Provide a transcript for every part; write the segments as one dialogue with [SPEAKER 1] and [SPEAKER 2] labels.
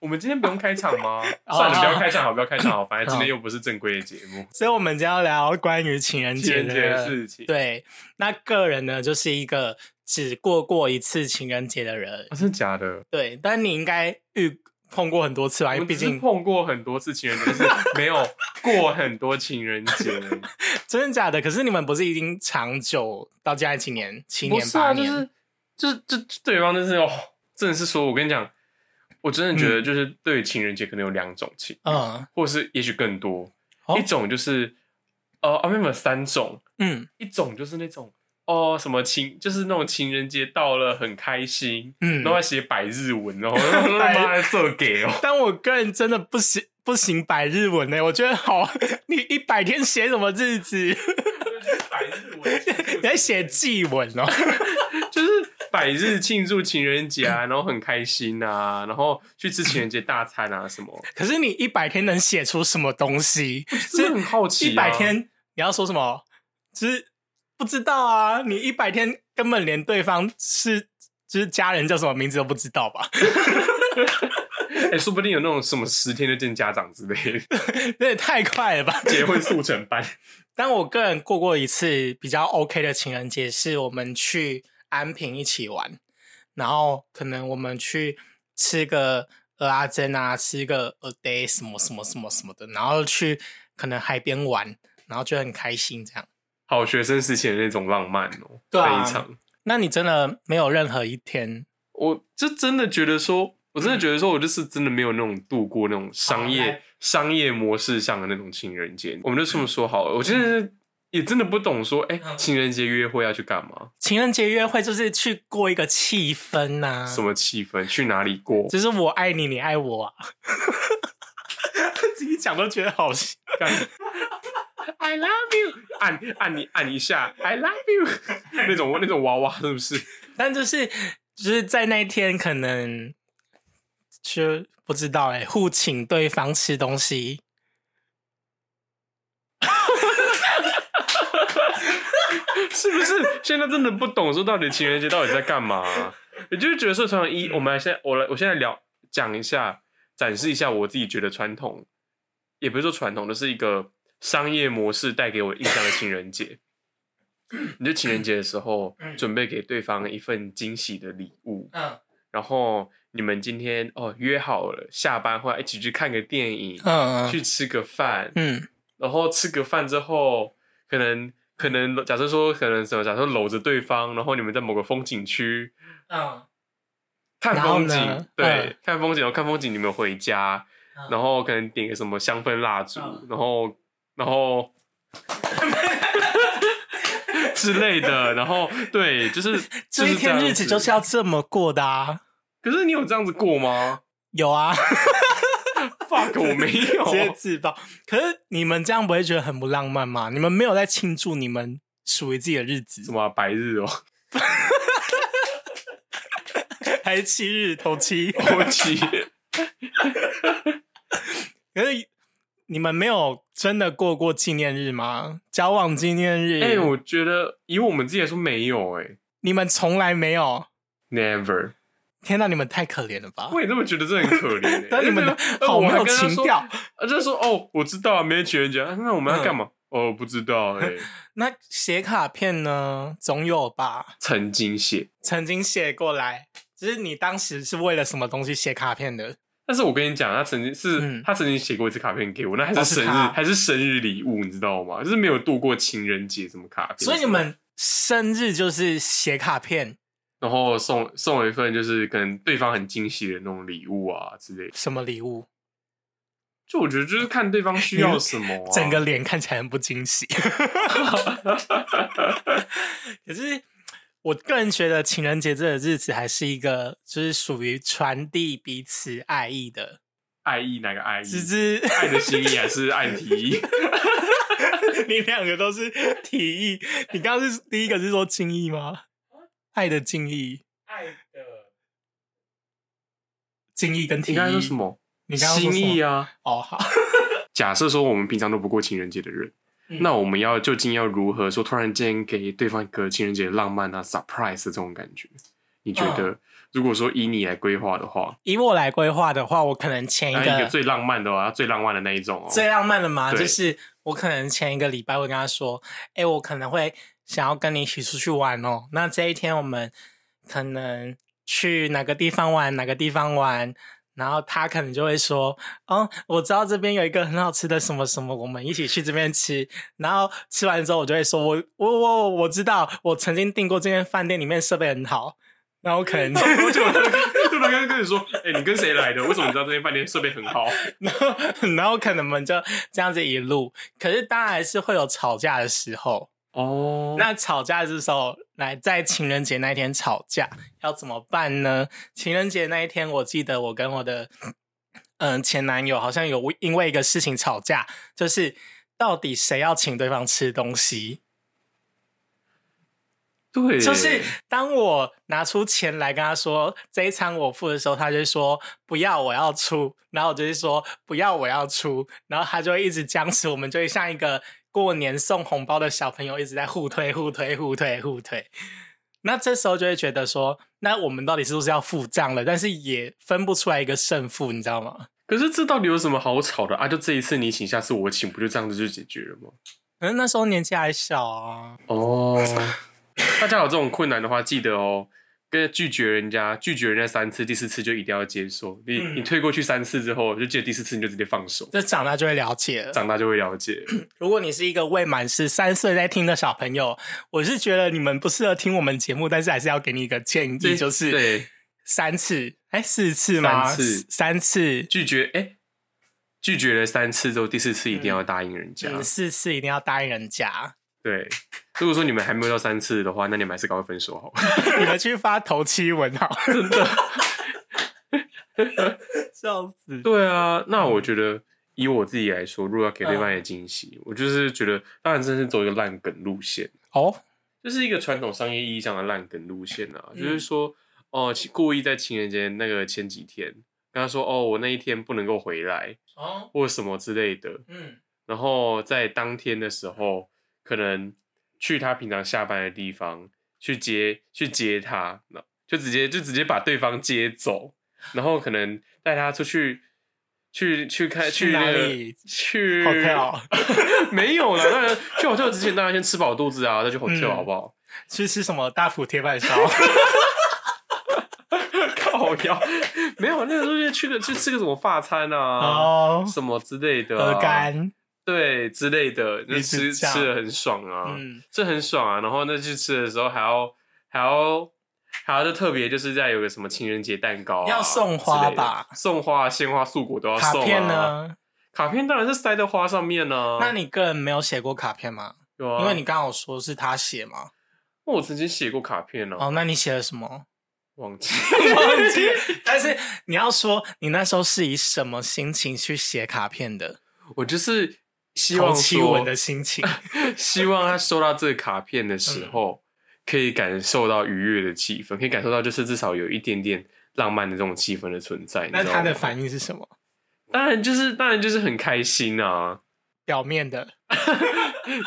[SPEAKER 1] 我们今天不用开场 吗？算了，
[SPEAKER 2] 哦
[SPEAKER 1] 不要开场好，不要开场好，反正今天又不是正规的节 目。
[SPEAKER 2] 所以，我们今天要聊关于情人
[SPEAKER 1] 情
[SPEAKER 2] 节
[SPEAKER 1] 人节的
[SPEAKER 2] 的
[SPEAKER 1] 事情，
[SPEAKER 2] 对，那个人呢，就是一个只过过一次情人节的人
[SPEAKER 1] 啊，。真的假的？
[SPEAKER 2] 对，但你应该遇碰过很多次吧？
[SPEAKER 1] 我
[SPEAKER 2] 因为
[SPEAKER 1] 们
[SPEAKER 2] 哎毕
[SPEAKER 1] 毕竟
[SPEAKER 2] 竟
[SPEAKER 1] 碰过很多次情人节，但是 没有过很多情人节。
[SPEAKER 2] 真的假的？可是你们不是已经长久到现在几年？七
[SPEAKER 1] 不
[SPEAKER 2] 年、
[SPEAKER 1] 是
[SPEAKER 2] 八
[SPEAKER 1] 啊，就
[SPEAKER 2] 年？
[SPEAKER 1] 是就是就对方就是哦，真的是说，我跟你讲，我真的觉得就是对于情人节可能有两种情，
[SPEAKER 2] 嗯
[SPEAKER 1] 或是也许更多。
[SPEAKER 2] 哦
[SPEAKER 1] 一种就是呃啊，没有没有三种，
[SPEAKER 2] 嗯
[SPEAKER 1] 一种就是那种哦什么情，就是那种情人节到了很开心，
[SPEAKER 2] 嗯
[SPEAKER 1] 然。后还写百日文 哦，他妈的这给哦。
[SPEAKER 2] 但我个人真的不行不行百日文呢、欸我觉得好，你一百天写什么日子？
[SPEAKER 1] 百日文，
[SPEAKER 2] 你在写祭文哦、
[SPEAKER 1] 就是百日庆祝情人节啊，然后很开心啊，然后去吃情人节大餐啊什 么，
[SPEAKER 2] 可是你一百天能写出什么东西？
[SPEAKER 1] 真的很好奇、啊。
[SPEAKER 2] 一百天你要说什么？就是不知道啊，你一百天根本连对方是就是家人叫什么名字都不知道吧？
[SPEAKER 1] 哎、说不定有那种什么十天就见家长之类的
[SPEAKER 2] 那也太快了吧！
[SPEAKER 1] 结婚速成班。
[SPEAKER 2] 但我个人过过一次比较 OK 的情人节，是我们去安平一起玩，然后可能我们去吃个鹅阿珍啊，吃个鹅 day 什么什么什么什么的，然后去可能海边玩，然后就很开心这样。
[SPEAKER 1] 好学生时期的那种浪漫哦、
[SPEAKER 2] 对啊
[SPEAKER 1] 非常。
[SPEAKER 2] 那你真的没有任何一天
[SPEAKER 1] 我就真的觉得说，我真的觉得说，我就是真的没有那种度过那种商
[SPEAKER 2] 好
[SPEAKER 1] 业、
[SPEAKER 2] 来
[SPEAKER 1] 商业模式上的那种情人节。我们就这么说好了，我真的是也真的不懂说，哎、
[SPEAKER 2] 嗯
[SPEAKER 1] 情人节约会要去干嘛？
[SPEAKER 2] 情人节约会就是去过一个气氛呐、
[SPEAKER 1] 什么气氛？去哪里过？
[SPEAKER 2] 就是我爱你，你爱我、啊。 自己讲都觉得好笑。
[SPEAKER 1] 干 I love you，按按你按一下，I love you，那 种那种娃娃是不是？
[SPEAKER 2] 但就是就是在那一天，可能就不知道哎、互请对方吃东西。
[SPEAKER 1] 是不是？现在真的不懂说到底情人节到底在干嘛、你就是觉得说传统一，我们来现在我来我现在聊讲一下，展示一下我自己觉得传统，也不是说传统，就是一个商业模式带给我印象的情人节。你就情人节的时候
[SPEAKER 2] 嗯
[SPEAKER 1] 准备给对方一份惊喜的礼物，
[SPEAKER 2] 嗯
[SPEAKER 1] 然后你们今天哦约好了，下班后要一起去看个电影，
[SPEAKER 2] 嗯
[SPEAKER 1] 去吃个饭，
[SPEAKER 2] 嗯
[SPEAKER 1] 然后吃个饭之后，可能可能假设说可能什么，假设搂着对方，然后你们在某个风景区
[SPEAKER 2] 嗯，
[SPEAKER 1] 看
[SPEAKER 2] 然后
[SPEAKER 1] 风
[SPEAKER 2] 呢
[SPEAKER 1] 景，对，
[SPEAKER 2] 嗯
[SPEAKER 1] 看风景，然后看风景，你们回家，
[SPEAKER 2] 嗯
[SPEAKER 1] 然后可能点个什么香氛蜡烛，
[SPEAKER 2] 嗯
[SPEAKER 1] 然后然 后之类的，然后对， 就是
[SPEAKER 2] 这一天日子就是
[SPEAKER 1] 要，
[SPEAKER 2] 要这么过的啊。
[SPEAKER 1] 可是你有这样子过吗
[SPEAKER 2] 有 啊，
[SPEAKER 1] ？fuck，我没有
[SPEAKER 2] 直，接自爆。可是你们这样不会觉得很不浪漫吗？你们没有在庆祝你们属于自己的日子
[SPEAKER 1] 什，么啊、白日哦，
[SPEAKER 2] 还是七日头七？
[SPEAKER 1] 我起。
[SPEAKER 2] 可是你们没有真的过过纪念日吗？交往纪念日？
[SPEAKER 1] 哎、我觉得以我们自己来说，没有哎、
[SPEAKER 2] 你们从来没有。
[SPEAKER 1] Never，
[SPEAKER 2] 天哪，你们太可怜了吧！
[SPEAKER 1] 我也这么觉得，这很可怜、欸。
[SPEAKER 2] 但你们 的好没有情调。嗯
[SPEAKER 1] 呃，就是说哦，我知道啊，没有情人节，啊那我们要干嘛？哦，不知 道哎、
[SPEAKER 2] 那写卡片呢？总有吧？
[SPEAKER 1] 曾经写，
[SPEAKER 2] 曾经写过来，只是你当时是为了什么东西写卡片的？
[SPEAKER 1] 但是我跟你讲，他曾经是、
[SPEAKER 2] 嗯
[SPEAKER 1] 他曾经写过一次卡片给我，那还
[SPEAKER 2] 哦
[SPEAKER 1] 是
[SPEAKER 2] 是
[SPEAKER 1] 生日，
[SPEAKER 2] 他
[SPEAKER 1] 还是生日礼物，你知道吗？就是没有度过情人节什么卡片，
[SPEAKER 2] 所以你们生日就是写卡片，
[SPEAKER 1] 然后送送了一份就是可能对方很惊喜的那种礼物啊之类的。
[SPEAKER 2] 什么礼物？
[SPEAKER 1] 就我觉得就是看对方需要什么、啊，
[SPEAKER 2] 整个脸看起来很不惊喜。 可是我个人觉得情人节这个日子还是一个就是属于传递彼此爱意的，
[SPEAKER 1] 爱意哪个爱意？
[SPEAKER 2] 只是
[SPEAKER 1] 嗯爱的心意还是爱提议？
[SPEAKER 2] 你两个都是提议，你刚刚是第一个是说敬意吗？爱的敬意，
[SPEAKER 1] 爱的
[SPEAKER 2] 敬意跟提
[SPEAKER 1] 你
[SPEAKER 2] 议。
[SPEAKER 1] 刚才说什？么？
[SPEAKER 2] 你刚刚说什么
[SPEAKER 1] 心意啊。
[SPEAKER 2] 哦，好，
[SPEAKER 1] 假设说我们平常都不过情人节的人，
[SPEAKER 2] 嗯
[SPEAKER 1] 那我们要究竟要如何说突然间给对方一个情人节的浪漫啊、surprise 的这种感觉？你觉
[SPEAKER 2] 嗯
[SPEAKER 1] 得如果说以你来规划的话，
[SPEAKER 2] 以我来规划的话，我可能前一
[SPEAKER 1] 那
[SPEAKER 2] 个
[SPEAKER 1] 一个最浪漫的哦，最浪漫的那一种哦，
[SPEAKER 2] 最浪漫的嘛，
[SPEAKER 1] 对
[SPEAKER 2] 就是我可能前一个礼拜会跟他说，哎、我可能会想要跟你一起出去玩哦。那这一天我们可能去哪个地方玩，哪个地方玩，然后他可能就会说，哦，我知道这边有一个很好吃的什么什么，我们一起去这边吃。然后吃完之后，我就会说，我我我我知道，我曾经订过这间饭店，里面设备很好。然后我 可能
[SPEAKER 1] 哦我就突然跟跟你说，哎、你跟谁来的？为什么你知道这间饭店设备很好？
[SPEAKER 2] 然后然后可能我们就这样子一路，可是当然还是会有吵架的时候。
[SPEAKER 1] 哦
[SPEAKER 2] 那吵架的时候，来在情人节那一天吵架要怎么办呢？情人节那一天，我记得我跟我的嗯前男友好像有因为一个事情吵架，就是到底谁要请对方吃东西。
[SPEAKER 1] 对，
[SPEAKER 2] 就是当我拿出钱来跟他说这一餐我付的时候，他就说不要我要出，然后我就会说不要我要出，然后他就会一直僵持，我们就会像一个过年送红包的小朋友一直在互推互推互推互推。那这时候就会觉得说，那我们到底是不是要付账了？但是也分不出来一个胜负，你知道吗？
[SPEAKER 1] 可是这到底有什么好吵的啊？就这一次你请，下次我请，不就这样子就解决了吗？
[SPEAKER 2] 可嗯能那时候年纪还小啊，
[SPEAKER 1] 哦，大家有这种困难的话，记得哦，跟拒绝人家，拒绝人家三次，第四次就一定要接受。你、
[SPEAKER 2] 嗯
[SPEAKER 1] 你退过去三次之后，就记得第四次你就直接放手，
[SPEAKER 2] 这长大就会了解了。
[SPEAKER 1] 长大就会了解。
[SPEAKER 2] 如果你是一个未满十三岁在听的小朋友，我是觉得你们不适合听我们节目，但是还是要给你一个建议，就是
[SPEAKER 1] 对
[SPEAKER 2] 三次，哎，四次吗？
[SPEAKER 1] 三次
[SPEAKER 2] 三次，
[SPEAKER 1] 拒绝，哎、拒绝了三次之后，第四次一定要答应人家。
[SPEAKER 2] 嗯，四次一定要答应人家。
[SPEAKER 1] 对，如果说你们还没有到三次的话，那你们还是赶快分手好 了。
[SPEAKER 2] 你们去发头七文好，真 的，笑死。
[SPEAKER 1] 对啊，那
[SPEAKER 2] 嗯
[SPEAKER 1] 我觉得以我自己来说，如果要给对方一个惊喜，我就是觉得，当然真的是走一个烂梗路线。
[SPEAKER 2] 哦，
[SPEAKER 1] 这是一个传统商业意义上的烂梗路线啊，
[SPEAKER 2] 嗯
[SPEAKER 1] 就是说，哦，其故意在情人节那个前几天跟他说，哦，我那一天不能够回来，
[SPEAKER 2] 哦，
[SPEAKER 1] 或什么之类的，
[SPEAKER 2] 嗯，
[SPEAKER 1] 然后在当天的时候，可能去他平常下班的地方去接去接他，那就直接就直接把对方接走，然后可能带他出去。去去看
[SPEAKER 2] 去
[SPEAKER 1] 去
[SPEAKER 2] 哪
[SPEAKER 1] 那个
[SPEAKER 2] 里
[SPEAKER 1] 去
[SPEAKER 2] Hotel
[SPEAKER 1] 没有啦，当然去 hotel 之前当然先吃饱肚子啊，再去 hotel
[SPEAKER 2] 嗯
[SPEAKER 1] 好不好？
[SPEAKER 2] 去吃什么大埔铁板烧？
[SPEAKER 1] 靠腰， 没有那个时候就去个去吃个什么法餐 啊，
[SPEAKER 2] 哦，
[SPEAKER 1] 什么之类的、
[SPEAKER 2] 鹅
[SPEAKER 1] 啊，
[SPEAKER 2] 肝，
[SPEAKER 1] 对之类的，就
[SPEAKER 2] 鱼子
[SPEAKER 1] 吃
[SPEAKER 2] 酱
[SPEAKER 1] 吃的很爽啊，
[SPEAKER 2] 嗯，
[SPEAKER 1] 这、很爽啊。然后那去吃的时候还要还要还要就特别就是在有个什么情人节蛋糕啊、
[SPEAKER 2] 要送花
[SPEAKER 1] 之类的
[SPEAKER 2] 吧
[SPEAKER 1] 送花、鲜花、素果都要
[SPEAKER 2] 卡
[SPEAKER 1] 送、啊。
[SPEAKER 2] 片？呢？
[SPEAKER 1] 卡片当然是塞在花上面呢、啊。
[SPEAKER 2] 那你个人没有写过卡片吗？
[SPEAKER 1] 有啊？
[SPEAKER 2] 因为你刚好说是他写嘛。
[SPEAKER 1] 我曾经写过卡片呢、啊，
[SPEAKER 2] 哦，那你写了什么？
[SPEAKER 1] 忘记
[SPEAKER 2] 忘记。但是你要说你那时候是以什么心情去写卡片的？
[SPEAKER 1] 我就是希
[SPEAKER 2] 头
[SPEAKER 1] 望
[SPEAKER 2] 七
[SPEAKER 1] 说
[SPEAKER 2] 文的 心情。
[SPEAKER 1] 希望他收到这个卡片的时候，可以感受到愉悦的气
[SPEAKER 2] 嗯
[SPEAKER 1] 氛，可以感受到就是至少有一点点浪漫的这种气氛的存在。
[SPEAKER 2] 那他的
[SPEAKER 1] 应，
[SPEAKER 2] 反应是什么？
[SPEAKER 1] 当然就是当然就是很开心 啊，
[SPEAKER 2] 表面的。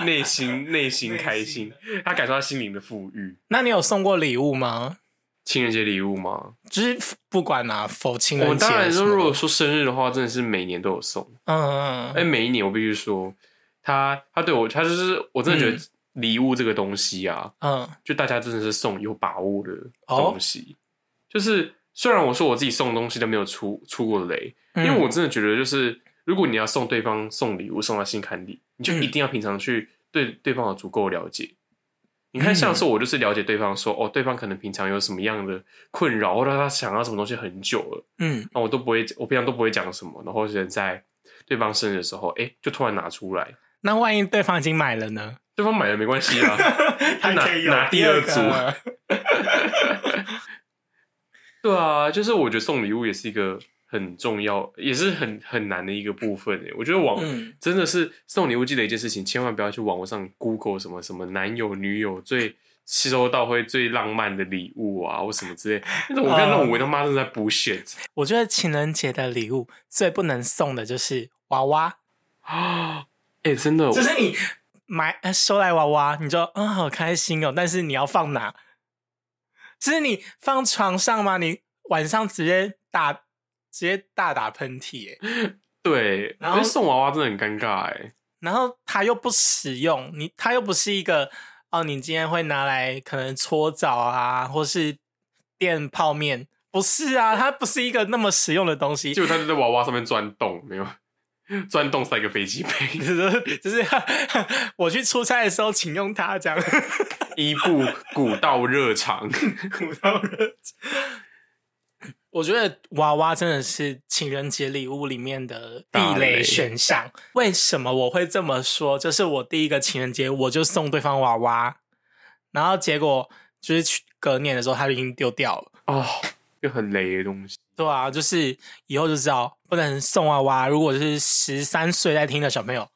[SPEAKER 1] 内心内心开心
[SPEAKER 2] 内，
[SPEAKER 1] 他感受到心灵的富裕。
[SPEAKER 2] 那你有送过礼物吗？
[SPEAKER 1] 情人节礼物吗？
[SPEAKER 2] 就是不管啊，否情
[SPEAKER 1] 我
[SPEAKER 2] 人节
[SPEAKER 1] 当
[SPEAKER 2] 还
[SPEAKER 1] 然
[SPEAKER 2] 是
[SPEAKER 1] 说，
[SPEAKER 2] 什么的。
[SPEAKER 1] 如果说生日的话，真的是每年都有送。
[SPEAKER 2] 嗯嗯
[SPEAKER 1] 哎、
[SPEAKER 2] 嗯，
[SPEAKER 1] 每一年我必须说，他他对我，他就是我真的觉得
[SPEAKER 2] 嗯
[SPEAKER 1] 礼物这个东西啊，
[SPEAKER 2] 嗯
[SPEAKER 1] 就大家真的是送有把握的
[SPEAKER 2] 哦
[SPEAKER 1] 东西。就是虽然我说我自己送东西都没有出出过雷，
[SPEAKER 2] 嗯，
[SPEAKER 1] 因为我真的觉得就是如果你要送对方送礼物送到心坎里，你就
[SPEAKER 2] 嗯
[SPEAKER 1] 一定要平常去对对方有足够的了解。你
[SPEAKER 2] 嗯
[SPEAKER 1] 看，像是我就是了解对方说，哦，对方可能平常有什么样的困扰，或者他想要什么东西很久了，
[SPEAKER 2] 嗯
[SPEAKER 1] 那我都不会，我平常都不会讲什么，然后是在对方生日的时候，哎、就突然拿出来，
[SPEAKER 2] 那万一对方已经买了呢？
[SPEAKER 1] 对方买了没关系啊， 他拿
[SPEAKER 2] 可以有
[SPEAKER 1] 拿第二
[SPEAKER 2] 个
[SPEAKER 1] 组对啊，就是我觉得送礼物也是一个很重要，也是很很难的一个部分欸诶。我觉得网、
[SPEAKER 2] 嗯
[SPEAKER 1] 真的是送礼物记得一件事情，千万不要去网络上 Google 什么什么男友女友最吸收到会最浪漫的礼物啊，或什么 之类。那种我看那
[SPEAKER 2] 嗯
[SPEAKER 1] 种文他妈正在 bullshit
[SPEAKER 2] 我觉得情人节的礼物最不能送的就是娃娃，
[SPEAKER 1] 啊！哎、真的，
[SPEAKER 2] 就是你嗯哦买呃收来娃娃，你就啊、好开心哦，但是你要放哪？是你放床上吗？你晚上直接打直接大打喷嚏、欸，
[SPEAKER 1] 对，
[SPEAKER 2] 然
[SPEAKER 1] 然
[SPEAKER 2] 后
[SPEAKER 1] 后送娃娃真的很尴尬哎，
[SPEAKER 2] 然后它又不实用，你它又不是一个哦，你今天会拿来可能搓澡啊，或是垫泡面，不是啊，它不是一个那么实用的东西，
[SPEAKER 1] 结果他就在娃娃上面钻洞，没有钻洞塞个飞机杯，
[SPEAKER 2] 就是就是 我去出差的时候，请用它这样。
[SPEAKER 1] 一部古道热肠，
[SPEAKER 2] 苦到人。我觉得娃娃真的是情人节礼物里面的地
[SPEAKER 1] 大
[SPEAKER 2] 雷
[SPEAKER 1] 雷
[SPEAKER 2] 选项。为什么我会这么说？就是我第一个情人节我就送对方娃娃，然后结果就是去隔年的时候他就已经丢掉了。
[SPEAKER 1] 哦，就很雷的东西。
[SPEAKER 2] 对啊，就是以后就知道不能送娃娃。如果是十三岁在听的小朋友，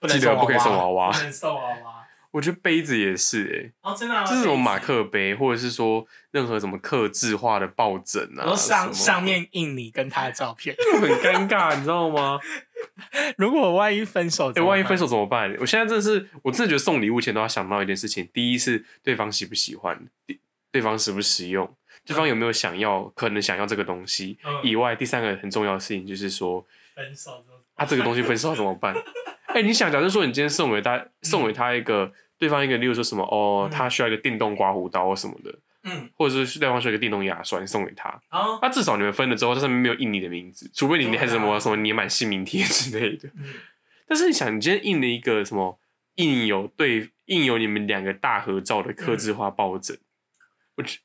[SPEAKER 2] 不能
[SPEAKER 1] 记
[SPEAKER 2] 送
[SPEAKER 1] 得
[SPEAKER 2] 娃娃，
[SPEAKER 1] 不可以送娃娃
[SPEAKER 2] 不能送娃娃。
[SPEAKER 1] 我觉得杯子也是
[SPEAKER 2] 哦，真的、啊，
[SPEAKER 1] 哎、这是什么马克杯，或者是说任何什么刻制化的抱枕啊，
[SPEAKER 2] 然后哦上
[SPEAKER 1] 什么
[SPEAKER 2] 上面印你跟他的照片。
[SPEAKER 1] 就很尴尬，你知道吗？
[SPEAKER 2] 如果万一分手，
[SPEAKER 1] 哎、万一分
[SPEAKER 2] 手。
[SPEAKER 1] 手怎么办？我现在真的是，我真的觉得送礼物前都要想到一件事情：第一是对方喜不喜欢，第对方实不实用，对方有没有想要，可能想要这个东西。
[SPEAKER 2] 嗯
[SPEAKER 1] 以外，第三个很重要的事情就是说，
[SPEAKER 2] 分手之后，
[SPEAKER 1] 啊，这个东西分手要怎么 办？哎、你想，假设说你今天送给他，送给他一个对方一个，例如说什么哦，他需要一个电动刮胡刀或什么的，
[SPEAKER 2] 嗯，
[SPEAKER 1] 或者是对方需要一个电动牙刷，你送给他，
[SPEAKER 2] 然后
[SPEAKER 1] 那、至少你们分了之后，它上面没有印你的名字，除非你还是什
[SPEAKER 2] 对啊
[SPEAKER 1] 么什么粘满姓名贴之类的。
[SPEAKER 2] 嗯
[SPEAKER 1] 但是你想，你今天印了一个什么印有对印有你们两个大合照的刻字化抱枕，我觉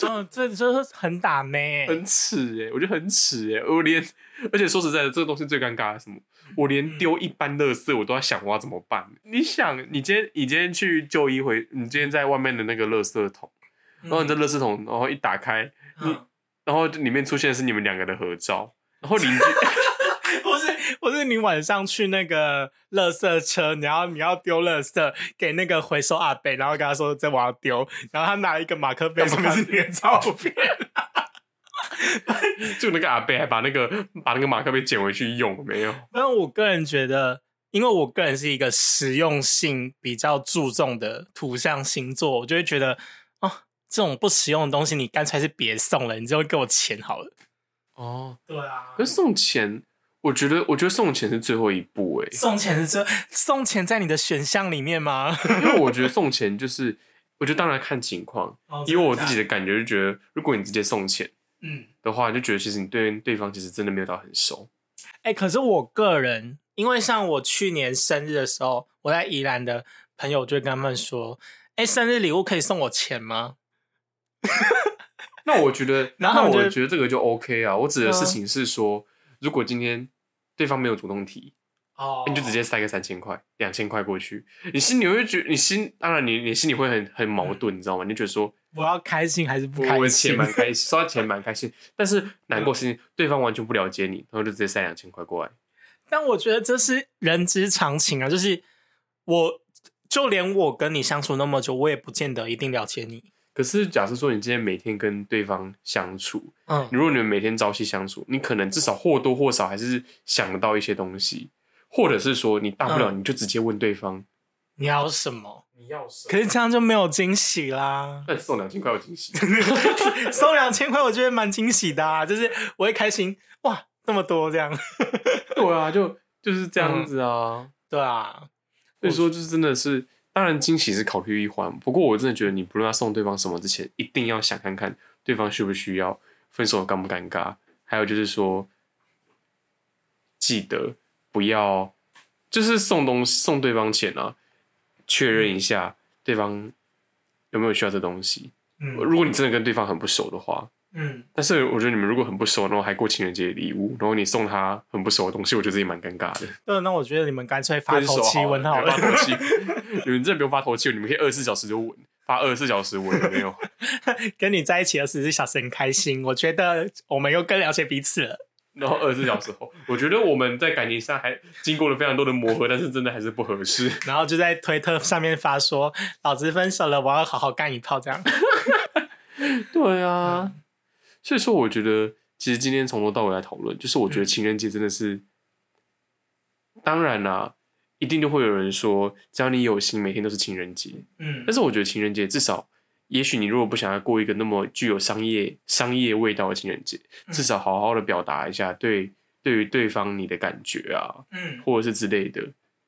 [SPEAKER 2] 嗯，这就是很打妹
[SPEAKER 1] 得，很耻哎、我觉得很耻哎、我连而且说实在的，这个东西最尴尬的是什么？我连丢一般垃圾我都要想我要怎么办。你想，你今天你今天去就医回，你今天在外面的那个垃圾桶，然哦后你这垃圾桶，然后一打开，
[SPEAKER 2] 嗯，
[SPEAKER 1] 然后里面出现的是你们两个的合照，然后邻居。
[SPEAKER 2] 不是不是，你晚上去那个垃圾车，然后你要丢垃圾给那个回收阿伯，然后跟他说这我要丢，然后他拿一个马克杯，上面是你的照 片，
[SPEAKER 1] 就那个阿贝还把那个把那个马克杯捡回去用，没有？
[SPEAKER 2] 但我个人觉得，因为我个人是一个实用性比较注重的土象星座，我就会觉得哦，这种不实用的东西，你干脆还是别送了，你就给我钱好了。
[SPEAKER 1] 哦，
[SPEAKER 2] 对啊
[SPEAKER 1] 可是送钱，我觉得我觉得送钱是最后一步哎、
[SPEAKER 2] 送钱是这送钱在你的选项里面吗？
[SPEAKER 1] 因为我觉得送钱就是，我觉得当然看情况，以我自己哦的感觉就觉得，如果你直接送钱
[SPEAKER 2] 嗯，
[SPEAKER 1] 的话，就觉得其实你对对方其实真的没有到很熟。
[SPEAKER 2] 哎、可是我个人，因为像我去年生日的时候，我在宜兰的朋友就跟他们说，哎、生日礼物可以送我钱吗？
[SPEAKER 1] 那我觉 得，
[SPEAKER 2] 然后
[SPEAKER 1] 那
[SPEAKER 2] 我觉得
[SPEAKER 1] 我觉得这个就 OK 啊。我指的
[SPEAKER 2] 嗯
[SPEAKER 1] 事情是说，如果今天对方没有主动提，
[SPEAKER 2] 哦
[SPEAKER 1] 你就直接塞个三千块、两千块过去，你心里会觉，你心当然你你心里会很很矛盾，你知道吗？你就觉得说。
[SPEAKER 2] 我要开心还是不
[SPEAKER 1] 我我
[SPEAKER 2] 开
[SPEAKER 1] 钱
[SPEAKER 2] 心？
[SPEAKER 1] 蛮开 心，嗯收到钱蛮开心，但是难过是因为对方完全不了解你，然后就直接塞两千块过来。
[SPEAKER 2] 但我觉得这是人之常情啊，就是我就连我跟你相处那么久，我也不见得一定了解你。
[SPEAKER 1] 可是假设说你今天每天跟对方相处，
[SPEAKER 2] 嗯，
[SPEAKER 1] 如果你们每天朝夕相处，你可能至少或多或少还是想得到一些东西，或者是说你大不了你就直接问对方、
[SPEAKER 2] 你要什
[SPEAKER 1] 嗯
[SPEAKER 2] 么？
[SPEAKER 1] 你要什
[SPEAKER 2] 可是这样就没有惊喜啦。
[SPEAKER 1] 那你送两千块有惊喜，
[SPEAKER 2] 收两千块，我觉得蛮惊喜的、啊，就是我会开心哇，那么多这样。
[SPEAKER 1] 对啊，就就是这样子啊。
[SPEAKER 2] 对啊，
[SPEAKER 1] 所以说，就是真的是，当然惊喜是考虑一环。不过我真的觉得，你不论要送对方什么之前，一定要想看看对方需不需要，分手尴不尴尬。还有就是说，记得不要，就是送东西送对方钱啊，确认一下对方有没有需要这东西。
[SPEAKER 2] 嗯
[SPEAKER 1] 如果你真的跟对方很不熟的话，
[SPEAKER 2] 嗯，
[SPEAKER 1] 但是我觉得你们如果很不熟，然后还过情人节礼物，然后你送他很不熟的东西，我觉得自己蛮尴尬的。
[SPEAKER 2] 对，那我觉得你们干脆发头七吻好
[SPEAKER 1] 对
[SPEAKER 2] 了
[SPEAKER 1] 发，头七， 你们真的不用发头七，你们可以二十四小时就吻，发二十四小时吻有没有？
[SPEAKER 2] 跟你在一起二十四小时很开心，我觉得我们又更了解彼此了。
[SPEAKER 1] 然后二十四小时后，我觉得我们在感情上还经过了非常多的磨合，但是真的还是不合适。
[SPEAKER 2] 然后就在推特上面发说，老子分手了，我要好好干一炮这样。
[SPEAKER 1] 对啊， 所以说我觉得其实今天从头到尾来讨论，就是我觉得
[SPEAKER 2] 嗯
[SPEAKER 1] 情人节真的是，当然啦、一定就会有人说，只要你有心，每天都是情人节。
[SPEAKER 2] 嗯
[SPEAKER 1] 但是我觉得情人节至少也许你如果不想要过一个那么具有商业商业味道的情人节，
[SPEAKER 2] 嗯
[SPEAKER 1] 至少好好的表达一下对对于对方你的感觉啊，
[SPEAKER 2] 嗯
[SPEAKER 1] 或者是之类的。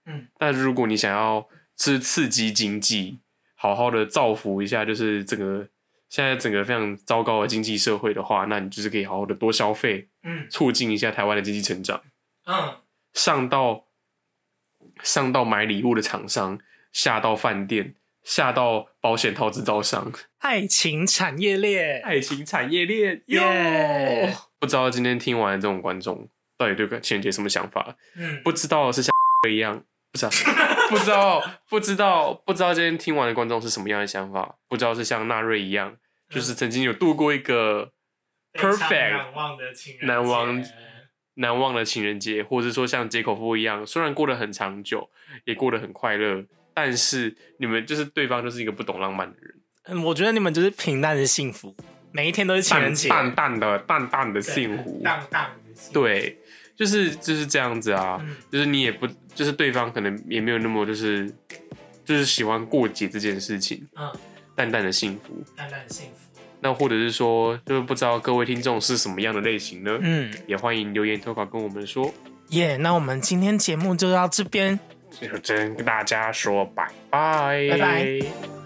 [SPEAKER 2] 嗯，
[SPEAKER 1] 但如果你想要是刺激经济，好好的造福一下，就是这个现在整个非常糟糕的经济社会的话，那你就是可以好好的多消费，
[SPEAKER 2] 嗯
[SPEAKER 1] 促进一下台湾的经济成长。
[SPEAKER 2] 嗯
[SPEAKER 1] 上到上到买礼物的厂商，下到饭店，下到保险套制造商，
[SPEAKER 2] 爱情产业链，
[SPEAKER 1] 爱情产业链哟。
[SPEAKER 2] 耶
[SPEAKER 1] 不知道今天听完这种观众到底对情人节什么想法？
[SPEAKER 2] 嗯，
[SPEAKER 1] 不知道是像 一样，不是、啊不知道，不知道，不知道今天听完的观众是什么样的想法？不知道是像纳瑞一样，就是曾经有度过一个
[SPEAKER 2] 非常
[SPEAKER 1] perfect
[SPEAKER 2] 难忘的情人节，
[SPEAKER 1] 难忘难忘的情人节，或者是说像解口夫一样，虽然过得很长久，也过得很快乐，但是你们就是对方就是一个不懂浪漫的人，
[SPEAKER 2] 嗯，我觉得你们就是平淡的幸福，每一天都是情人节，
[SPEAKER 1] 淡淡淡的淡淡的幸福，
[SPEAKER 2] 荡荡的幸福，
[SPEAKER 1] 对，就是就是这样子啊，
[SPEAKER 2] 嗯
[SPEAKER 1] 就是你也不就是对方可能也没有那么就是就是喜欢过节这件事情，
[SPEAKER 2] 嗯，
[SPEAKER 1] 淡淡的幸福。
[SPEAKER 2] 淡淡的幸福，
[SPEAKER 1] 那或者是说，就是不知道各位听众是什么样的类型呢？
[SPEAKER 2] 嗯，
[SPEAKER 1] 也欢迎留言投稿跟我们说，
[SPEAKER 2] 耶、那我们今天节目就到这边。
[SPEAKER 1] 就真跟大家说拜拜，
[SPEAKER 2] 拜拜。